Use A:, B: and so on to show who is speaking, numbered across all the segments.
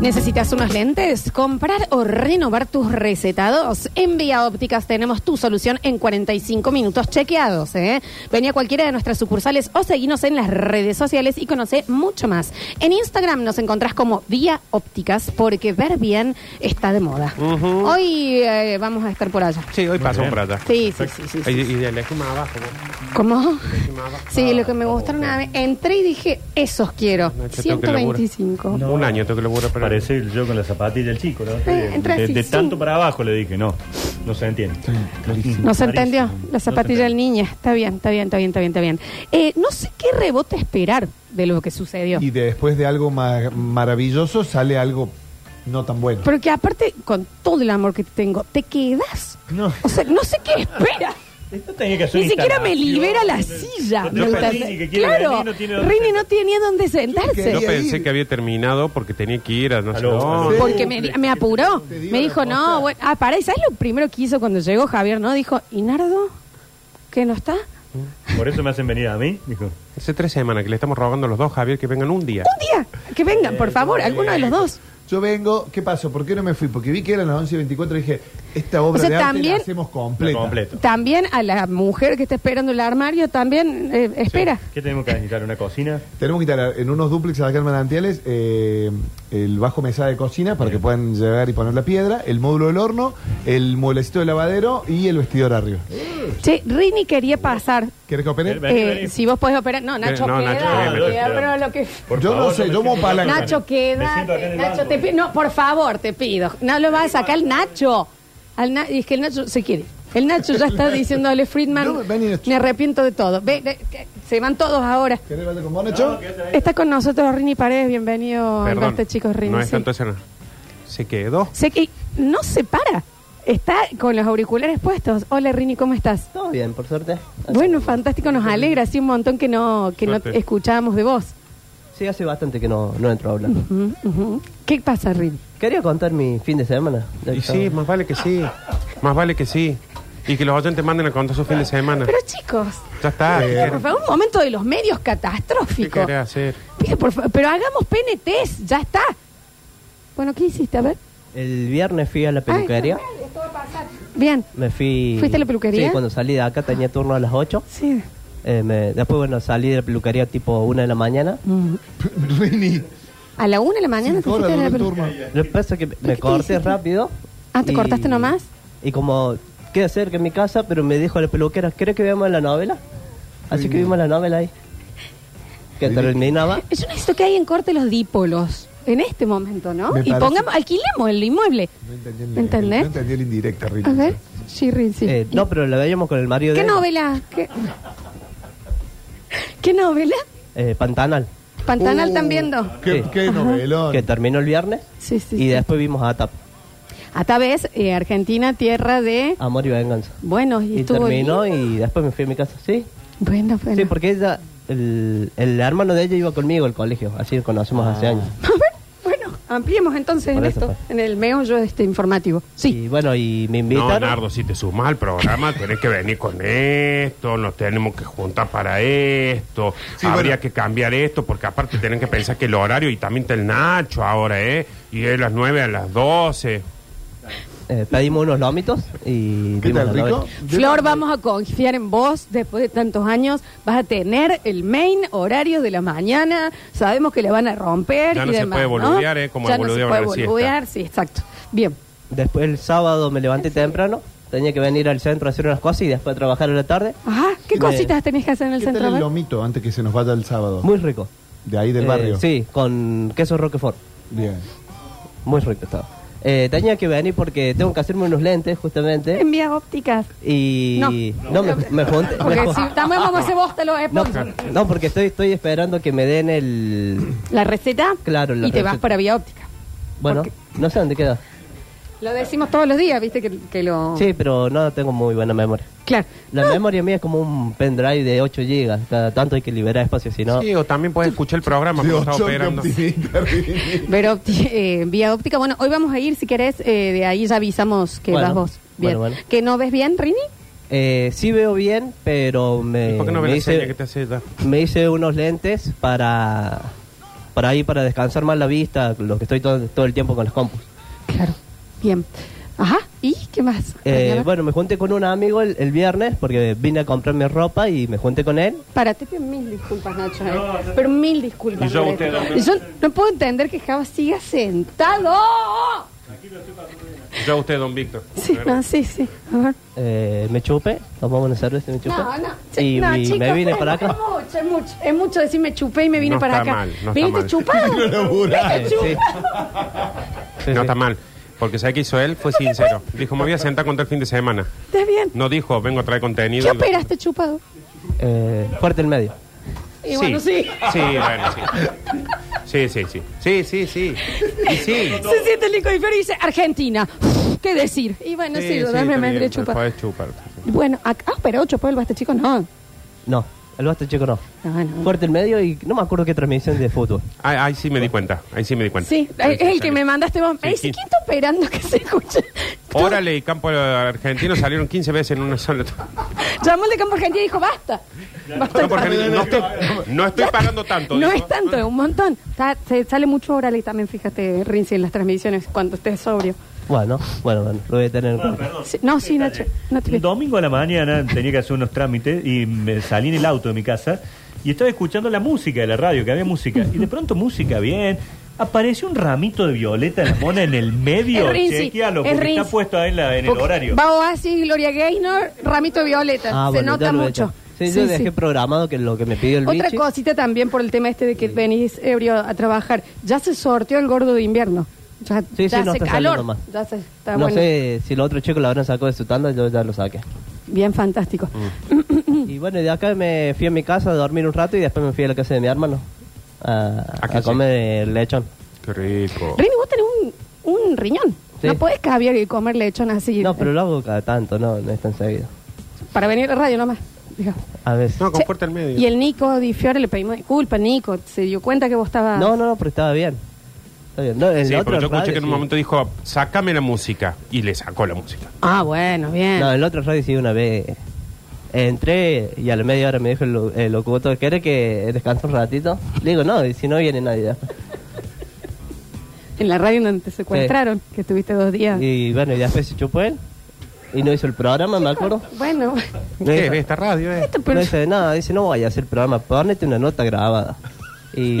A: ¿Necesitas unos lentes? ¿Comprar o renovar tus recetados? En Vía Ópticas tenemos tu solución en 45 minutos chequeados. ¿eh? Vení a cualquiera de nuestras sucursales o seguinos en las redes sociales y conoce mucho más. En Instagram nos encontrás como Vía Ópticas porque ver bien está de moda.
B: Ujú.
A: Hoy eh, vamos a estar por allá.
B: Sí, hoy pasamos por allá.
A: Sí, sí, sí, sí, sí.
B: Y, y de elegir más abajo. ¿no?
A: ¿Cómo?
B: Elegí más abajo.
A: Sí, lo que
B: Ah,
A: me gustaron una vez, entré y dije, esos quiero.
B: Nacho, tengo que laburar.
A: 125.
B: Un año tengo que laburar, pero...
C: Parece el yo con la zapatilla del chico, ¿no?
A: Eh, entra
C: de,
A: así,
C: de
A: sí.
C: tanto para abajo le dije, no, no se entiende.
A: No se entendió. La zapatilla del niño. Está bien, está bien, está bien, está bien, está bien. Eh, no sé qué rebote esperar de lo que sucedió.
D: Y después de algo ma- maravilloso sale algo no tan bueno.
A: Porque aparte, con todo el amor que te tengo, te quedas.
C: No.
A: O sea, no sé qué espera.
C: Esto tenía que hacer
A: Ni
C: una
A: siquiera me
C: instalación.
A: libera la
C: Otro
A: silla. ¿me
C: Rini
A: entendés?
C: que quiere
A: Claro,
C: venir, no tiene dónde
A: Rini
C: sentarse.
A: no tenía dónde sentarse.
B: Yo
D: Quería
B: pensé
D: ir.
B: que había terminado porque tenía que ir a no sé
C: Aló,
B: dónde.
D: aló.
A: Porque me, me apuró.
D: Te digo
A: Me
D: la
A: dijo, no,
D: posta.
A: bueno. Ah, pará, ¿y sabes lo primero que hizo cuando llegó Javier? ¿No? Dijo, ¿y Nardo? ¿Que no está? Un
C: Por eso me hacen venir a mí, dijo.
B: Hace tres semanas que le estamos rogando a los dos, Javier, que vengan un día.
A: día, que vengan, por favor, alguno de los dos.
D: Yo vengo, ¿qué pasó? ¿Por qué no me fui? Porque vi que eran las 11 y 24 y dije, esta obra
A: O sea,
D: de arte
A: también-
D: la hacemos completa.
C: Completo.
A: También a la mujer que está esperando el armario también eh, espera.
C: ¿Qué tenemos que necesitar? ¿Una cocina?
D: Tenemos que instalar en unos duplex acá en Manantiales eh, el bajo mesa de cocina para que puedan llegar y poner la piedra, el módulo del horno, el mueblecito de lavadero y el vestidor arriba.
A: Che, Rini quería pasar.
D: ¿Quieres que opere?
C: Vení,
A: Eh,
C: vení.
A: si vos podés operar. No, Nacho,
B: No,
A: queda.
B: Nacho,
C: queda,
A: queda,
C: queda.
A: pero lo que-
D: Yo
C: me
D: no sé, yo
C: siento
D: como palanca.
C: acá.
A: Nacho,
C: Me
A: queda.
C: siento acá en el
A: Nacho,
C: banco.
A: te pi- No, por favor, te pido. No lo vas a sacar al Nacho. Al Na- Es que el Nacho se quiere. El Nacho ya está diciéndole Friedman.
D: No, vení, Nacho.
A: me arrepiento de todo. Ve, ve, que- se van todos ahora.
D: ¿Querés verlo con vos, Nacho?
A: Está con nosotros Rini Paredes. Bienvenido a
B: Perdón,
A: Basta, chicos, Rini.
B: no es
A: sí.
B: tanto eso. no. Se quedó.
A: Sé que no se para. Está con los auriculares puestos. Hola Rini, ¿cómo estás?
E: Todo bien, por suerte.
A: Bueno, fantástico, nos alegra así un montón que no que no
B: Suerte.
A: escuchábamos de vos.
E: Sí, hace bastante que no, no entro a hablar.
A: Ujú, ujú. ¿Qué pasa, Rini?
E: Quería contar mi fin de semana. Ya que
B: Y sí,
E: estaba-
B: más vale que sí. Más vale que sí. Y que los oyentes manden a contar su fin de semana.
A: Pero chicos,
B: Ya está. ¿qué
A: por
B: querés?
A: favor, un momento de los medios
B: ¿Qué
A: catastróficos.
B: querés hacer?
A: Mire, por fa- pero hagamos PNTs, ya está. Bueno, ¿qué hiciste? A ver.
E: El viernes fui a la peluquería.
A: Ay, esto va a pasar. Bien.
E: Me fui...
A: ¿Fuiste a la peluquería?
E: Sí, cuando salí de acá tenía turno a las 8.
A: Sí.
E: Eh, me- después, bueno, salí de la peluquería tipo 1 de la mañana.
A: Mm.
D: Rini,
A: A la una de la mañana te
D: cinco horas
A: fuiste a la
D: duró el
A: pelu-
D: turno.
E: Lo que pasa es que
A: qué
E: me
A: te
E: corté
A: hiciste?
E: rápido.
A: Ah, ¿te cortaste nomás?
E: Y como queda cerca en mi casa, pero me dijo la peluquera, ¿querés que veamos la novela? Así que vimos la novela ahí. Que terminaba.
A: Yo necesito que alguien corte los dípolos en este momento, ¿no?
D: Me
A: Y
D: parece-
A: pongamos, alquilemos el inmueble.
D: No entendí el,
A: ¿Entendés?
D: No entendí el indirecta, Rini.
A: A ver, sí, Rin, sí.
E: Eh, no, pero la veíamos con el Mario
A: ¿Qué
E: de...
A: novela? ¿Qué, ¿Qué novela?
E: Eh, Pantanal.
A: Pantanal
D: Uh,
A: están viendo.
D: Qué,
E: Sí.
D: qué novelón.
E: que terminó el viernes
A: Sí, sí.
E: y
A: sí.
E: después vimos a TAP,
A: A través, eh, Argentina, tierra de.
E: Amor y Venganza.
A: Bueno, y,
E: Ah. Y,
A: estuvo
E: terminó
A: lindo.
E: y después me fui a mi casa. Sí,
A: Bueno, bueno.
E: sí, porque ella, el, el hermano de ella iba conmigo al colegio, así lo conocemos
D: Ah.
E: hace años.
A: A ver, bueno, ampliemos entonces en
E: Por eso pues.
A: esto,
E: fue.
A: en el meollo este informativo. Sí.
E: Y bueno, y me
B: No,
E: invitaron.
B: Nardo, si te sumas al programa, tenés que venir con esto, nos tenemos que juntar para esto,
D: Sí,
B: habría
D: bueno.
B: que cambiar esto, porque aparte tienen que pensar que el horario, y también está el Nacho ahora, ¿eh? Y de las 9 a las 12.
E: eh, pedimos unos lomitos y
D: ¿Qué
E: vimos
D: tal,
E: la
D: Rico?
E: novela.
A: Flor, vamos a confiar en vos después de tantos años. Vas a tener el main horario de la mañana. Sabemos que le van a romper.
B: Ya
A: y
B: no se
A: demás,
B: puede boludear, ¿eh? Como
A: ya no se
B: boludeaban en la
A: puede
B: siesta.
A: boludear, sí, exacto. Bien.
E: Después el sábado me levanté temprano, tenía que venir al centro a hacer unas cosas y después a trabajar a la tarde.
A: Ajá, ¿qué
E: Me-
A: cositas tenés que hacer en el
D: ¿Qué
A: centro?
D: tal el
A: A ver.
D: lomito antes que se nos vaya el sábado?
E: Muy rico.
D: De ahí del
E: Eh,
D: barrio.
E: Sí, con queso Roquefort.
D: Bien.
E: Muy rico estaba. Eh, tenía que venir porque tengo que hacerme unos lentes, justamente.
A: En vías ópticas.
E: Y.
A: No.
E: me, me junté. me
A: Porque
E: jun-
A: si también vamos a hacer bosta los
E: no,
A: sponsors.
E: no, porque estoy, estoy esperando que me den el.
A: La receta.
E: Claro,
A: Y
E: la
A: te vas
E: receta.
A: para vía óptica.
E: Bueno, no sé dónde queda.
A: Lo decimos todos los días, viste que, que lo.
E: Sí, pero no tengo muy buena memoria.
A: Claro.
E: La memoria mía es como un pendrive de 8 GB. Cada tanto hay que liberar espacio, si no.
B: Sí, o también puedes escuchar el programa, porque
D: Dios,
B: está
D: yo
B: operando.
D: qué optimista, Rini.
A: Pero opti- eh, vía óptica. Bueno, hoy vamos a ir, si querés, eh, de ahí ya avisamos que
E: Bueno,
A: vas vos. Bien.
E: bueno, bueno.
A: ¿Que no ves bien, Rini?
E: Eh, sí veo bien, pero me.
B: ¿Por qué no ves
E: Eh, me
B: la
E: hice-
B: seña que te hace dar?
E: me hice unos lentes para para ahí, para descansar más la vista, lo que estoy todo, todo el tiempo con las compus.
A: Claro. Bien. Ajá. ¿Y qué más?
E: Eh,
A: Daniela?
E: bueno, me junté con un amigo el, el viernes porque vine a comprarme ropa y me junté con él.
A: Para te pido mil disculpas, Nacho. eh. Pero mil disculpas.
B: Y yo a
A: por
B: usted
A: esto.
B: también.
A: Yo no puedo entender que Java siga sentado.
B: Ya usted, don Víctor.
A: Sí, no, sí, sí. A ver.
E: Eh, me chupé, tomamos una cerveza y me chupé.
A: No, no.
E: y,
A: sí, no,
E: y
A: chicos,
E: me vine
A: es
E: para acá.
A: Mucho, es mucho. Es mucho decir me chupé y me vine
B: No
A: para
B: está
A: acá.
B: mal, no está
A: ¿Viniste
B: mal.
A: chupado? ¿Viniste
E: Sí, sí.
A: chupado?
E: Sí,
B: No
E: sí.
B: está mal. Porque sabe que hizo él, fue sincero. Dijo, me voy a sentar contra el fin de semana.
A: Está bien.
B: No dijo, vengo a traer contenido.
A: ¿Qué operaste chupado?
E: Eh, fuerte el medio.
A: Y bueno, sí.
B: Sí, bueno, sí. Sí, sí, sí. Sí, sí, sí. Y sí.
A: Se siente el licor y dice Argentina. Uf, ¿Qué decir? Y bueno, sí, yo también me andré
B: chupa.
A: chupado. Bueno, acá, ah, pero ocho pueblos, este chico no.
E: No, el basta chico no.
A: No, no.
E: Fuerte el medio y no me acuerdo qué transmisión de fútbol.
B: Ahí, ahí sí me di cuenta. Ahí sí me di cuenta.
A: Sí, es el que me mandaste vos.
B: Sí,
A: Ey,
B: sí.
A: ¿quién está operando que se escuche?
B: Órale y Campo Argentino salieron 15 veces en una sola.
A: Llamó el de Campo Argentina y dijo, basta. Basta.
B: Campo Argentino, no, estoy, no estoy pagando tanto.
A: No
B: dijo.
A: es tanto, es un montón. Está- se sale mucho oral y también, fíjate, Rinzi, en las transmisiones cuando estés sobrio.
E: Bueno, bueno, bueno, lo voy a tener en cuenta.
A: Sí, no, sí, Nacho. No te
C: Un Eh, domingo a la mañana tenía que hacer unos trámites y me salí en el auto de mi casa y estaba escuchando la música de la radio, que había música. Y de pronto música, bien. Apareció un ramito de violeta de la mona en el medio.
A: Es Rinzi,
C: Chequealo,
A: es
C: porque está
A: Rinzi.
C: puesto ahí en, la- en el
A: Porque
C: horario.
A: Va Oasis, Gloria Gaynor, Ramito Violeta.
E: Ah,
A: se
E: bueno, ya
A: nota
E: lo he
A: mucho.
E: hecho. Sí, yo
A: Sí,
E: dejé
A: sí.
E: programado que lo que me pidió el
A: Otra
E: bichi.
A: cosita también por el tema este de que venís ebrio a trabajar. Ya se sorteó el gordo de invierno. Ya,
E: Sí,
A: ya
E: sí, no
A: hace
E: está
A: calor.
E: saliendo más.
A: Ya se, está
E: No
A: bueno.
E: sé si los otros chicos lo habrán sacado de su tanda, yo ya lo saqué.
A: Bien fantástico.
E: Mm. Y bueno, de acá me fui a mi casa a dormir un rato y después me fui a la casa de mi hermano a,
B: ¿A qué
E: a
B: sí?
E: comer lechón.
B: Qué rico.
A: Rini, vos tenés un, un riñón.
E: Sí.
A: No puedes caviar y comer lechón así. eh,
E: No, pero lo hago cada tanto, no, no es tan seguido.
A: Para venir a la radio nomás. Digo.
E: A veces.
B: No,
E: No,
B: con
A: Che,
B: puerta al medio.
A: Y el Nico Di Fiore le pedimos disculpas, Nico. Se dio cuenta que vos estabas.
E: no, no, pero estaba bien. Está bien. No, en
B: Sí,
E: la
B: porque
E: otra
B: yo escuché
E: radio
B: que en un
E: sí.
B: momento dijo, sácame la música. Y le sacó la música.
A: Ah, bueno, bien.
E: No, en la otra radio sí una vez. Entré y a la media hora me dijo el, lo- el locutor, ¿querés que descanse un ratito? Le digo, no, y si no viene nadie. después".
A: En la radio donde te secuestraron, que estuviste dos días.
E: Y bueno, y después se chupó él y no hizo el programa, me acuerdo.
A: Bueno,
E: No
B: ¿Qué
E: hizo-
B: es esta radio? Eh?
A: esto, pero-
E: No dice nada, dice, no voy a hacer programa, ponete una nota grabada. Y,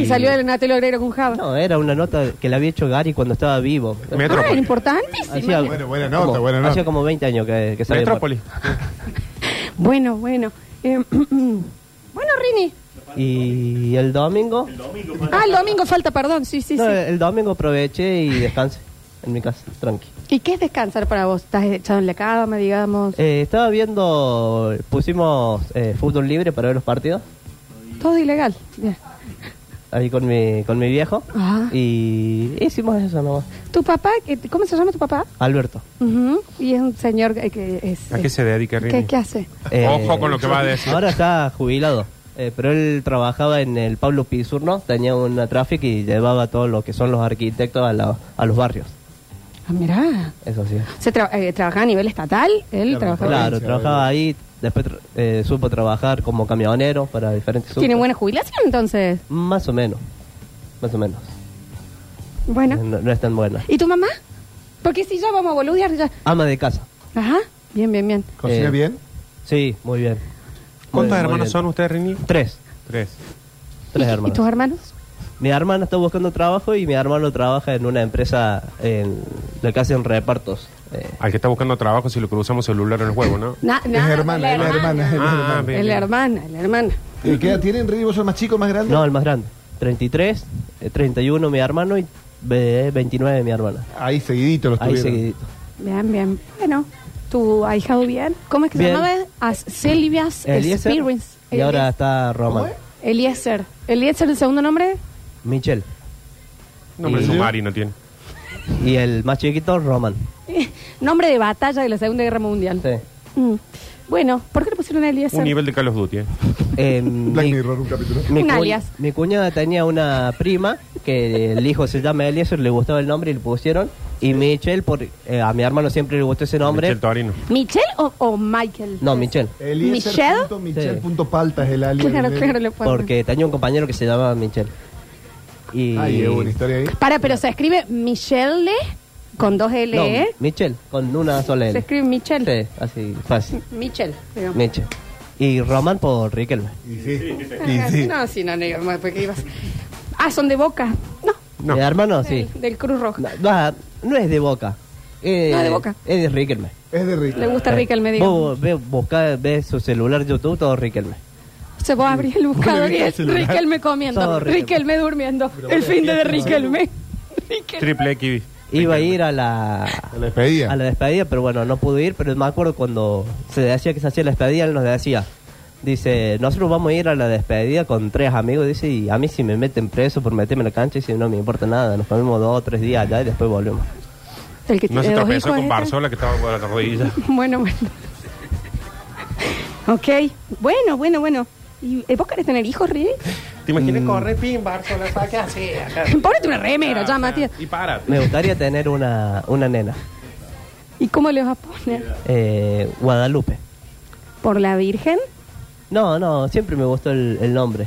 A: Y salió el Natalia Obrero con Java.
E: No, era una nota que le había hecho Gary cuando estaba vivo.
A: ah,
B: Metrópolis.
A: importantísimo.
E: Hacía-
D: Bueno, buena nota,
E: como-
D: buena nota.
E: Hacía como 20 años que, que salió.
B: Metrópolis.
A: Bueno, bueno. Eh, bueno, Rini.
E: Y el domingo,
A: Ah, el domingo falta, perdón. Sí, sí,
E: no, eh.
A: sí.
E: el domingo aproveché y descansé en mi casa, tranqui.
A: ¿Y qué es descansar para vos? ¿Estás echado en la cama, digamos?
E: Eh, estaba viendo, pusimos eh, fútbol libre para ver los partidos,
A: Todo ilegal. Bien.
E: ahí con mi, con mi viejo,
A: Ah.
E: y hicimos eso nomás.
A: ¿Tu papá? eh, ¿Cómo se llama tu papá?
E: Alberto.
A: Ujú, Y es un señor eh, que es...
B: ¿A qué se dedica, Rini?
A: ¿Qué, qué hace?
E: Eh,
B: Ojo con lo que va a decir.
E: Ahora está jubilado, eh, pero él trabajaba en el Pablo Pizurno, tenía una traffic y llevaba todo lo que son los arquitectos a, la- a los barrios.
A: Ah, mirá.
E: Eso sí.
A: ¿Se tra- eh, trabajaba a nivel estatal? Él
D: Claro,
A: trabajaba.
E: Claro,
D: Provincia,
E: trabajaba
D: ¿verdad?
E: ahí, después tra- eh, supo trabajar como camionero para diferentes
A: ¿Tiene
E: subtes.
A: buena jubilación entonces?
E: Más o menos, más o menos.
A: Bueno.
E: No, no es tan buena.
A: ¿Y tu mamá? Porque si ya vamos a boludear ya...
E: Ama de casa.
A: Ajá. Bien, bien, bien.
D: ¿Cocina
E: Eh,
D: bien?
E: Sí, muy bien. Muy-
B: ¿Cuántos
E: muy
B: hermanos
E: bien.
B: son ustedes, Rini?
E: Tres,
B: Tres.
E: tres
A: ¿Y- ¿Y
E: hermanos.
A: tus hermanos?
E: Mi hermana está buscando trabajo y mi hermano trabaja en una empresa en, lo que hacen repartos. eh,
B: Al que está buscando trabajo, si lo cruzamos celular en el juego, ¿no?
A: Na-
D: Es
A: nada,
D: hermana, es la hermana, es la
B: Ah,
D: hermana.
B: bien,
A: Es la
B: bien.
A: hermana, es la hermana.
D: ¿Y qué edad tienen, Rini? ¿Vos sos más chico, más grande?
E: No, el más grande. 33, eh, 31 mi hermano y ve- 29 mi hermana.
D: Ahí seguidito los
E: Ahí
D: tuvieron.
E: seguidito.
A: Bien, bien. Bueno, tu ahijado bien. ¿Cómo es que
E: Bien.
A: se llamaba? As Silvia's
E: Eliezer.
A: Experience.
E: Y ahora está
D: ¿Cómo
E: Roman.
D: es?
A: Eliezer. ¿Eliezer el segundo nombre?
E: Michelle.
B: Nombre
E: ¿Y-
B: submarino tiene.
E: Y el más chiquito, Roman.
A: nombre de batalla de la Segunda Guerra Mundial.
E: Sí.
A: Mm. Bueno, ¿por qué le pusieron Eliezer?
B: Un nivel de Call of Duty, ¿eh?
E: Eh,
D: Black
E: mi-
D: Mirror, un capítulo.
E: mi
A: Un
E: cu-
A: alias.
E: Mi cuñada tenía una prima que el hijo se llama Eliezer, le gustaba el nombre y le pusieron. Y Michelle, por, eh, a mi hermano siempre le gustó ese nombre.
B: Michel Torino.
A: ¿Michelle o, o Michael?
E: No, Michelle.
D: Eliezer
A: ¿Michelle?
D: punto Michelle punto Palta es el alien.
A: Claro,
D: de-
A: claro, le ponen.
E: Porque tenía un compañero que se llamaba Michelle. Y...
D: Ahí hubo una historia ahí.
A: Para, pero se escribe Michelle con dos L,
E: No,
A: ¿eh?
E: Michel, con una sola L.
A: Se escribe Michelle.
E: Sí, así, fácil.
A: Michelle, digamos.
E: Michel. Y Román por Riquelme.
D: Y sí. Y
A: Ah,
D: sí.
A: No, sí, no, no, porque ibas. Ah, son de boca. No,
B: No.
E: ¿De hermano? Sí.
A: del, del Cruz Roja.
E: No, va, no es de Boca. Eh,
A: No, de Boca.
E: Es de Riquelme.
D: Es de rico.
A: Le gusta Riquelme, digamos.
E: Eh, Vos ve, buscá, ves su celular YouTube, todo Riquelme.
A: Se vos abrís el buscador y es Riquelme comiendo,
E: Todo Riquelme.
A: Riquelme durmiendo. El fin de, de Riquelme. Riquelme.
B: Triple X.
E: Iba a ir a la...
D: Se la despedía.
E: A la despedida, pero bueno, no pude ir, pero me acuerdo cuando se decía que se hacía la despedida, él nos decía, dice, nosotros vamos a ir a la despedida con tres amigos, dice, y a mí si me meten preso por meterme en la cancha, dice, no me importa nada, nos comemos dos o tres días allá y después volvemos.
A: El que
B: No se
A: tiene dos
B: tropezó
A: hijos
B: con
A: es este.
B: Barzola que estaba con la rodilla.
A: Bueno, bueno. ok. Bueno, bueno, bueno. ¿Y eh, vos querés tener hijos, Rini?
B: ¿Te imaginas correr pin Barzola? ¿Para qué así?
A: Ponete Mm. una remera ya, Matías.
B: Y para.
E: Me gustaría tener una, una nena,
A: ¿Y cómo le vas a poner?
E: eh, Guadalupe.
A: ¿Por la Virgen?
E: No, no, siempre me gustó el, el nombre.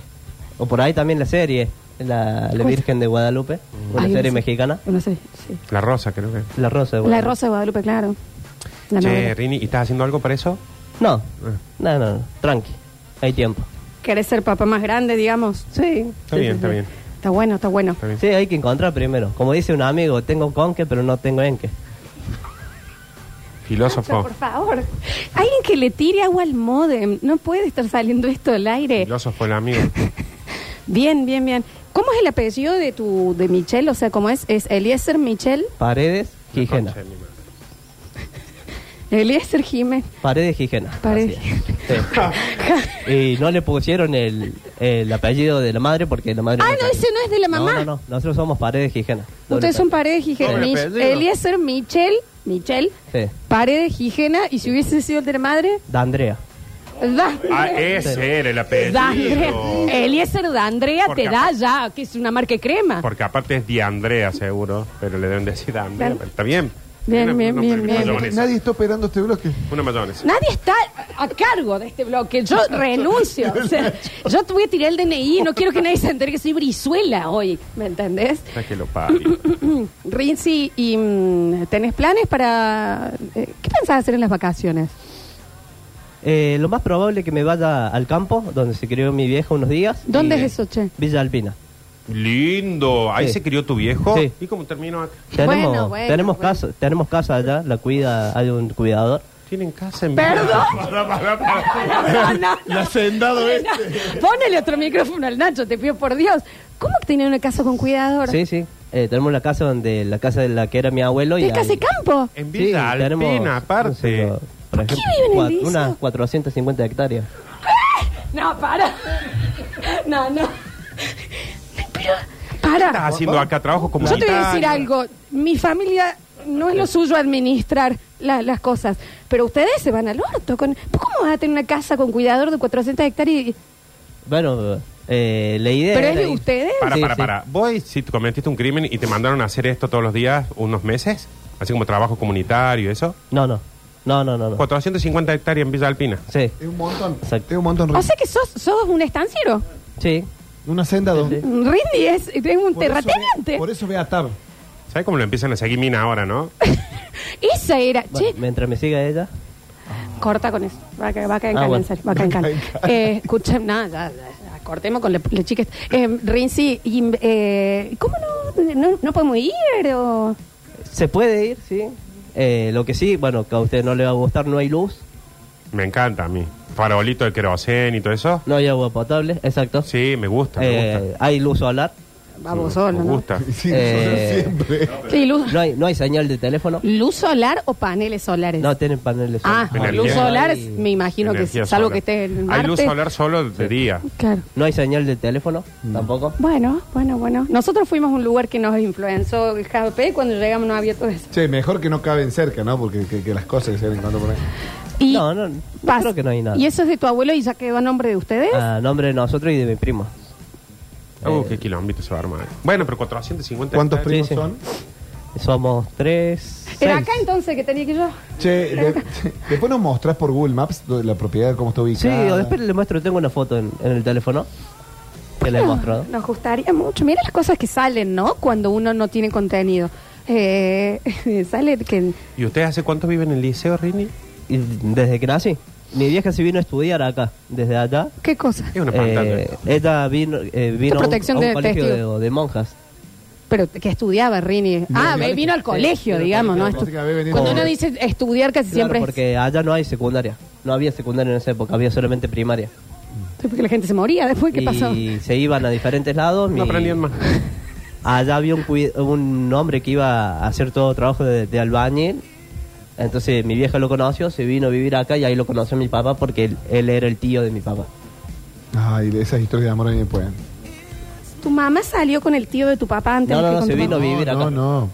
E: O por ahí también la serie, la, La
A: ¿Cómo se-
E: Virgen de Guadalupe, una
A: Ay, no
E: serie
A: sé.
E: mexicana.
A: No sé, sí.
B: La rosa, creo que.
E: La Rosa
A: La
E: de Guadalupe.
A: Rosa de Guadalupe, claro. La
B: Che,
A: novela.
B: Rini, ¿y estás haciendo algo para eso? Ah,
E: No, no, no, no, tranqui, hay tiempo.
A: ¿Querés ser papá más grande, digamos?
E: Sí,
B: Está
E: sí,
B: bien,
E: sí,
B: está
E: sí.
B: bien.
A: Está bueno, está bueno.
B: Está bien.
E: Sí, hay que encontrar primero. Como dice un amigo, tengo con qué, pero no tengo en qué.
A: Nacho,
B: Filósofo.
A: por favor. Alguien que le tire agua al modem. No puede estar saliendo esto del aire.
B: Filósofo el amigo.
A: Bien, bien, bien. ¿Cómo es el apellido de tu de Michelle? O sea, ¿cómo es? ¿Es Eliezer Michelle?
E: Paredes, Gijena.
B: Concha de mi madre.
A: Eliezer Jiménez.
E: Paredes, Gijena.
A: Paredes.
E: Así es. Sí. Y no le pusieron el, el apellido de la madre porque la madre...
A: Ah, no,
E: sabía.
A: ese no es de la mamá.
E: No, no, no. Nosotros somos Paredes, Gijena.
A: Ustedes son Paredes Gijena.
B: Doble
A: Mich-
B: apellido.
A: Eliezer Michelle. Michelle.
E: Sí.
A: Paredes Gijena. Y si hubiese sido el de la madre,
E: Da Andrea.
A: da.
B: Ah, ese era el
A: Da-
B: apellido.
A: Eliezer de Andrea
B: Porque
A: te da ya, que es una marca de crema.
B: Porque aparte es Di Andrea, seguro. Pero le deben decir a Andrea.
A: Bien.
B: pero Está bien.
A: Bien,
B: Una-
A: bien,
B: una-
A: bien,
B: una
A: bien.
B: mayonesa.
D: Nadie está operando este bloque.
B: Una mayonesa.
A: Nadie está a cargo de este bloque. Yo renuncio. O sea, yo te voy a tirar el DNI. No quiero que nadie se entere que soy Brizuela hoy. ¿Me entendés?
B: Está que lo parió.
A: Rinzi, y, mm, ¿tenés planes para.? eh, ¿Qué pensás hacer en las vacaciones?
E: Eh, lo más probable es que me vaya al campo, donde se crió mi vieja unos días.
A: ¿Dónde
E: Y,
A: es eso, che?
E: Villa Alpina.
B: Lindo. Ahí
E: Sí.
B: se crió tu viejo.
E: Sí.
B: ¿Y cómo terminó acá?
E: Tenemos,
A: Bueno, bueno,
E: tenemos,
A: bueno.
E: Casa, tenemos casa allá, la cuida, hay un cuidador.
B: Tienen casa en
A: Perdón.
B: Pará, pará, pará.
A: No, no, no.
D: La sendado
A: Ponele otro micrófono al Nacho, te pido por Dios. ¿Cómo que tenía una casa con cuidador?
E: Sí, sí. Eh, tenemos la casa donde la casa de la que era mi abuelo y
A: ¿Es casa
E: ahí-
A: de campo?
B: En Villa
E: Sí, tenemos,
B: Alpina, aparte.
E: no sé, por
A: qué
E: ejemplo,
A: viven en
E: cua-
A: Lizo?
E: unas 450 hectáreas.
A: No, para. No, no. Pero, para.
B: estás haciendo acá? Trabajo como
A: Yo te voy a decir
B: gitano.
A: algo. Mi familia no es lo suyo administrar la- las cosas. Pero ustedes se van al orto. Con, ¿Vos ¿Cómo vas a tener una casa con cuidador de 400 hectáreas? y-
E: Bueno, eh, la idea
A: ¿Pero es
E: era
A: de
E: ir-
A: ustedes?
B: Para,
E: Sí,
B: para,
E: sí.
B: para. ¿Vos si tú cometiste un crimen y te mandaron a hacer esto todos los días unos meses? Así como trabajo comunitario y eso.
E: No, no. No, no, no, no.
B: 450 hectáreas en Villa Alpina.
E: Sí,
D: Es un montón.
E: Exacto.
D: Es un montón.
A: O sea que sos, sos un estanciero.
E: sí.
D: Una senda donde.
A: Rindy es, es un terrateniente.
D: por e eso ve a TAR.
B: ¿Sabes cómo lo empiezan a seguir mina ahora, no?
A: Esa era.
E: Bueno,
A: Che,
E: mientras me siga ella.
A: corta con eso. Va a, ca- va a caer en
E: Ah,
A: cana,
E: bueno.
A: en serio, Va a caer en cana.
D: Va a caer en
A: Eh, escuchen, nada, ya, ya, ya, cortemos con le- las chicas. Eh, Rinzi, y, eh, ¿cómo no, no, no podemos ir? O...
E: Se puede ir, sí. Eh, lo que sí, bueno, que a usted no le va a gustar, no hay luz,
B: Me encanta a mí. Farolito de querosén y todo eso.
E: no hay agua potable, exacto.
B: Sí, me gusta, me
E: Eh,
B: gusta.
E: hay luz solar,
A: Vamos solo,
B: Me
A: ¿no?
B: gusta.
D: Sí,
E: Eh.
D: siempre.
A: Sí, luz,
E: no hay, no hay señal de teléfono,
A: ¿Luz solar o paneles solares?
E: no tienen paneles
A: Ah,
E: solares.
B: Energía.
A: luz solar,
E: No hay-
A: me imagino que
B: Energía
A: sí, salvo
B: solar.
A: que esté en Marte.
B: Hay luz solar solo de día.
A: Claro.
E: No hay señal de teléfono, tampoco.
A: Bueno, bueno, bueno. Nosotros fuimos a un lugar que nos influenció el JP cuando llegamos no había todo eso.
D: Che, mejor que no caben cerca, ¿no? Porque que, que las cosas que se ven cuando por ahí.
A: Y
E: No, no, no
A: pas-
E: creo que no hay nada.
A: ¿Y eso es de tu abuelo y ya quedó a nombre de ustedes?
E: A nombre de nosotros y de mi primo.
B: Uh, qué quilombito se va a armar. Bueno, pero 450
D: ¿Cuántos
B: hectáreas.
D: primos
E: sí.
D: son?
E: Somos tres.
A: Era
E: seis.
A: acá entonces que tenía que yo.
D: Che, de- che, después nos mostrás por Google Maps do- la propiedad, cómo está
E: Sí,
D: ubicada.
E: o después le muestro, tengo una foto en, en el teléfono. se le mostró.
A: Nos gustaría mucho. Mira las cosas que salen, ¿no? Cuando uno no tiene contenido. Eh, sale que.
B: ¿Y ustedes hace cuánto viven en el liceo, Rini?
E: Y desde que nací, mi vieja se vino a estudiar acá, desde allá.
A: ¿Qué cosa?
B: Es una pantalla.
E: Eh, ella vino, eh, vino a un-
A: protección
E: a un,
A: de
E: colegio
A: testigo.
E: de, de monjas.
A: Pero que estudiaba Rini. Ah,
D: al
A: me vino al colegio,
D: Sí,
A: digamos,
D: vino
A: ¿no?
D: al colegio,
A: Estu-
D: había venido.
A: Cuando uno dice estudiar casi
E: Claro,
A: siempre es-
E: porque allá no hay secundaria. No había secundaria en esa época, había solamente primaria.
A: Sí, porque la gente se moría después. ¿Qué
E: y
A: pasó?
E: se iban a diferentes lados. mi-
B: No aprendían más.
E: Allá había un, cui- un hombre que iba a hacer todo trabajo de, de albañil. Entonces mi vieja lo conoció, se vino a vivir acá y ahí lo conoció mi papá porque él, él era el tío de mi papá.
D: Ay, esas historias de amor a mí me pueden.
A: Tu mamá salió con el tío de tu papá antes
E: No,
A: de
E: no,
A: que
E: no,
A: con
E: se
A: tu
E: vino
A: mamá.
E: bien. vivir acá.
D: No, no.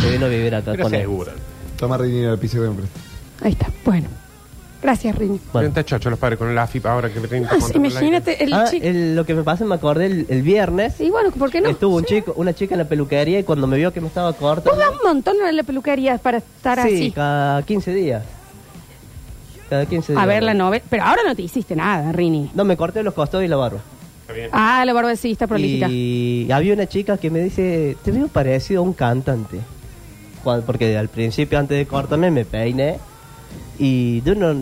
E: Se vino a vivir acá
B: Pero
E: con él.
B: seguro.
D: Toma dinero al piso de enfrente.
A: Ahí está. Bueno. Gracias, Rini.
E: Bueno.
B: Frente a Chocho los padres con la AFIP ahora que tienen
A: Ah,
B: que montar el aire.
A: imagínate el
E: Ah,
A: chico.
E: el- lo que me pasa, me acordé el, el viernes.
A: Y bueno, ¿por qué no?
E: Estuvo un
A: Sí.
E: chico, una chica en la peluquería y cuando me vio que me estaba corta.
A: Vos vas un montón a la peluquería para estar
E: Sí,
A: así.
E: cada 15 días. Cada 15 días.
A: A ver la novela. Pero ahora no te hiciste nada, Rini.
E: No, me corté los costados y la barba.
B: Está bien.
A: Ah, la barba sí está prolífica.
E: Y había una chica que me dice, te veo parecido a un cantante. Cuando- porque al principio, antes de cortarme, me peiné. Y yo no,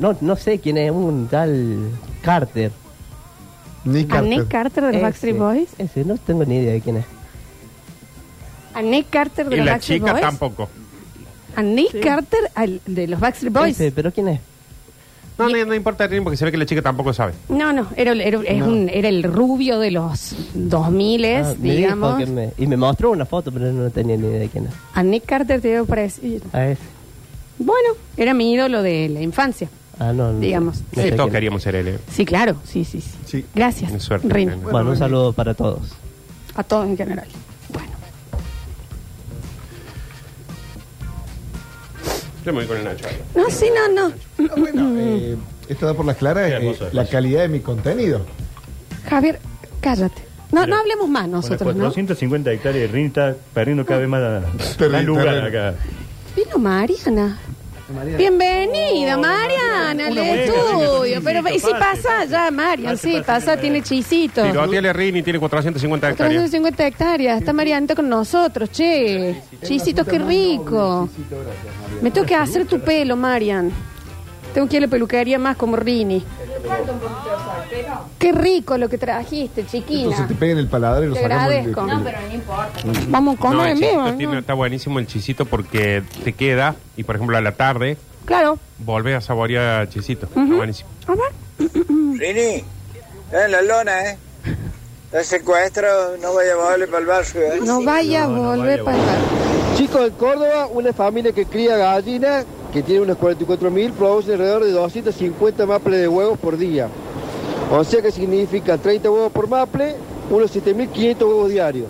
E: no, no sé quién es, un tal Carter.
D: Nick
A: A
D: Carter.
A: Nick Carter de los
E: Ese,
A: Backstreet Boys.
E: Ese, no tengo ni idea de quién es.
A: A Nick Carter de
B: Y
A: los
B: la
A: Backstreet
B: chica
A: Boys.
B: tampoco.
A: A Nick Carter al- de los Backstreet Boys.
E: Ese, pero quién es.
B: No, no, no importa, Rini, porque se ve que la chica tampoco sabe.
A: No, no, era, el- era- es un- era el rubio de los 2000,
E: Ah, me dijo
A: digamos.
E: que me- y me mostró una foto, pero no tenía ni idea de quién es.
A: A Nick Carter te debo parecer.
E: A ese.
A: Bueno, era mi ídolo de la infancia.
E: Ah, no, no.
A: Digamos.
B: Sí,
E: No sé
B: todos
E: quién es.
B: queríamos ser él. eh.
A: Sí, claro, sí, sí. sí.
D: Sí.
A: Gracias.
B: Qué suerte,
A: Rin.
B: nena.
E: Bueno, un saludo para todos.
A: A todos en general. Bueno,
B: Yo me voy con el Nacho. ahora.
A: no, sí, no, no.
D: No, bueno, eh, esto da por las claras
C: Qué
D: eh,
C: hermoso, hermoso.
D: la calidad de mi contenido.
A: Javier, cállate. No, no hablemos más
C: Bueno,
A: nosotros, ¿no?
C: 450 pues hectáreas de rin está perdiendo cada vez más,
D: Terreno,
C: más lugar
D: terreno.
C: acá.
A: Vino Mariana. Bienvenida, Mariana, al
C: Una buena,
A: estudio.
C: venga,
A: Pero
C: Rini,
A: y si
C: pase,
A: pasa ya, Marian,
C: Pase,
A: sí,
C: pase,
A: pasa,
C: Mariana.
A: tiene chisito.
B: Tiroteale a Rini, tiene 450 hectáreas.
A: 350 hectáreas, está Marianita con nosotros, che. Chisito, qué rico. Me tengo que hacer tu pelo, Marian. Tengo que ir a la peluquería más como Rini. Qué rico lo que trajiste,
D: Entonces
A: chiquina.
D: te pega en el paladar y lo
A: Te
D: sacamos.
A: agradezco.
D: del-
A: No,
D: del-
A: Vamos a comer
B: No, el
A: en
B: chisito
A: vivo,
B: tiene-
A: ¿no?
B: está buenísimo el chisito porque te queda y, por ejemplo, a la tarde
A: Claro.
B: volvés a saborear chisito. Está buenísimo.
A: A ver.
F: Rini, está en la lona, ¿eh? Está secuestrado, no vaya a volver para el barrio, ¿eh?
A: No vaya a volver para
G: Chicos de Córdoba, una familia que cría gallinas, que tiene unos 44.000, produce alrededor de 250 maples de huevos por día. O sea que significa 30 huevos por maple, unos 7.500 huevos diarios.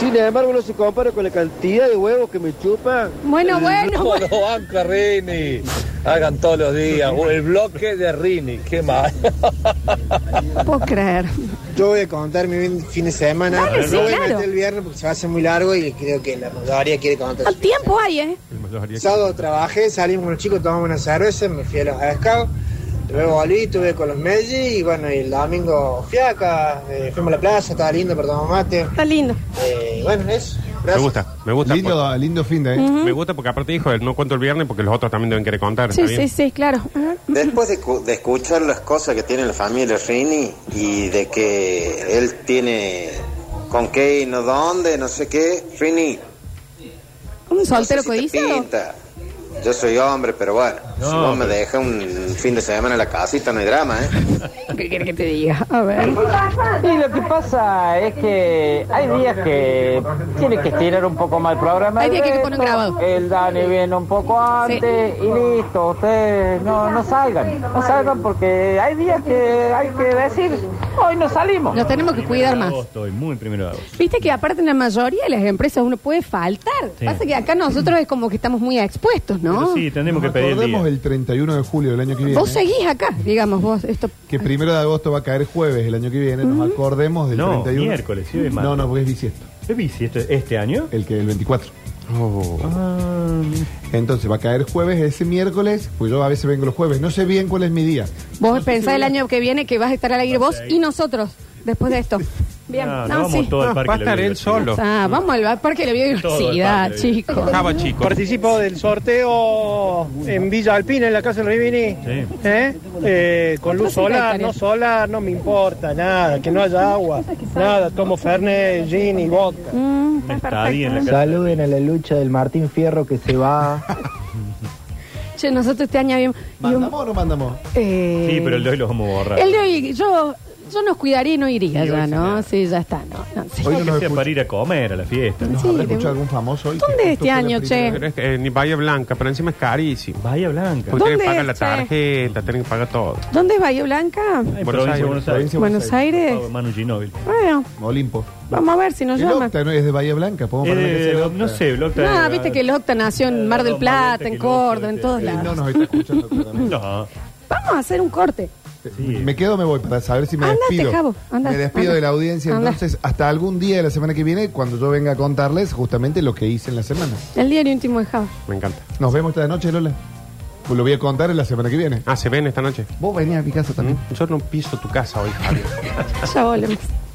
G: Sin embargo, no se compara con la cantidad de huevos que me chupa.
A: Bueno, bueno, bueno.
H: No banca Rini. Hagan todos los días. O el bloque de Rini. Qué mal.
A: No puedo creer.
I: Yo voy a contar mi fin de semana.
A: Dale, sí,
I: no voy
A: claro.
I: a meter el viernes porque se va a hacer muy largo y creo que la mayoría quiere contar.
A: Al tiempo hay, ¿eh?
I: El sábado trabajé, salimos con los chicos, tomamos una cerveza, me fui a los Scouts. Luego volví, estuve con los Messi y bueno, y el domingo fui acá, eh, fuimos a la plaza, estaba lindo, pero tomamos mate.
A: Está lindo.
I: Eh, bueno, eso.
B: Me
I: Gracias.
B: gusta, me gusta.
D: Lindo,
B: porque-
D: lindo fin de, ¿eh?
B: Me gusta porque aparte dijo, él no cuento el viernes porque los otros también deben querer contar.
A: Sí,
B: ¿está bien?
A: sí, sí, claro. A ver.
J: Después de, cu- de escuchar las cosas que tiene la familia Rini y de que él tiene con qué y no dónde, no sé qué, Rini.
A: Un
J: no sé
A: soltero
J: si te
A: codiciado.
J: pinta. Yo soy hombre, pero bueno, si
C: No,
J: no me deja un fin de semana en la casita, no hay drama, ¿eh?
A: ¿Qué quieres que te diga? A ver.
H: Y lo que pasa es que hay días que tiene que estirar un poco más el programa.
A: Hay días que hay que poner grabado.
H: El Dani viene un poco antes y listo. Ustedes no, no salgan. No salgan porque hay días que hay que decir, hoy no salimos.
A: Nos tenemos que cuidar más.
C: Estoy muy primero de agosto.
A: Viste que aparte en la mayoría de las empresas uno puede faltar.
C: Sí.
A: Pasa que acá nosotros es como que estamos muy expuestos,
C: Pero
A: ¿no?
C: sí, tendremos que
D: Nos
C: pedir el día.
D: acordemos el 31 de julio del año que viene.
A: Vos seguís acá, digamos, vos. Esto
D: Que primero de agosto va a caer jueves el año que viene. Nos acordemos del
C: No,
D: 31.
C: miércoles, sí, hoy es martes.
D: No, no, porque es bisiesto.
C: ¿Qué bici este, este año?
D: El que el 24.
B: Oh.
C: Ah,
D: Entonces va a caer jueves ese miércoles. Pues yo a veces vengo los jueves. No sé bien cuál es mi día.
A: Vos pensás el año que viene que vas a estar al aire vos y nosotros. después de esto. Bien,
C: No,
A: no,
C: no, Ah, vamos
A: sí.
C: todos al
B: No,
C: parque.
B: va a
C: de la
B: estar él
C: biodiversidad.
B: solo.
A: Ah, vamos al parque de la biodiversidad,
C: parque de la
A: chicos.
B: Java, chicos.
K: Participo del sorteo en Villa Alpina, en la casa del Rivini.
C: Sí.
K: ¿Eh? Eh, con luz solar, no solar, no me importa nada, que no haya agua, nada, tomo Fernet, gin y vodka.
A: Mm,
C: Un
A: está
C: estadio en la
A: perfecto.
C: casa.
I: Saluden a la lucha del Martín Fierro que se va.
A: Che, nosotros este año habíamos...
D: ¿Mandamos o no mandamos?
A: eh,
C: Sí, pero el de hoy lo vamos a borrar.
A: El de hoy, yo, yo nos cuidaría y no iría
C: Sí,
A: ya,
C: hoy sí,
A: ¿no?
C: nada.
A: Sí, ya está, ¿no? no, sí.
D: Hoy no
C: Que
D: nos
C: sea
D: escucha.
C: para ir a comer a la fiesta.
D: ¿Nos
A: Sí,
D: habrá
A: de-
D: escuchado algún famoso hoy?
A: ¿Dónde
D: Que
A: este
D: justo fue la
A: año,
D: primera.
A: che?
B: Pero es que, eh, ni Bahía Blanca, pero encima es carísimo.
C: Bahía Blanca.
B: Porque tienen
A: ¿Dónde
B: que pagar
A: es,
B: la
A: che?
B: tarjeta, tienen que pagar todo.
A: ¿Dónde es Bahía Blanca?
C: Ay,
B: Buenos
C: provincia de
B: Aires.
C: Buenos Aires.
D: Provincia de
A: Buenos Aires.
C: Oh, Manu Ginóbili.
A: Bueno,
D: Olimpo.
A: vamos a ver si nos
D: El
A: llama.
D: Octa, ¿no? Es de Bahía Blanca. ¿Podemos ponerle que
C: Eh,
D: sea el Octa?
C: no sé, el Octa-
A: No, viste que el Octa nació en Mar del
C: Damos más vuelta
A: Plata,
C: que
A: en
C: el Octa,
A: Córdoba, en
C: eh,
A: todos
D: Eh,
A: lados.
D: no nos está escuchando. claramente.
C: No.
A: Vamos a hacer un corte.
C: Sí.
D: Me quedo o me voy para saber si me
A: Andate,
D: despido.
A: Javo, andá,
D: me despido
A: andá.
D: de la audiencia.
A: Andá.
D: Entonces, hasta algún día de la semana que viene, cuando yo venga a contarles justamente lo que hice en la semana.
A: El diario íntimo de Java.
B: Me encanta.
D: Nos vemos esta noche, Lola. Pues lo voy a contar en la semana que viene.
B: Ah, se ven esta noche.
D: Vos venís a mi casa también.
B: Yo no piso tu casa hoy, Javier.
A: Ya volvemos.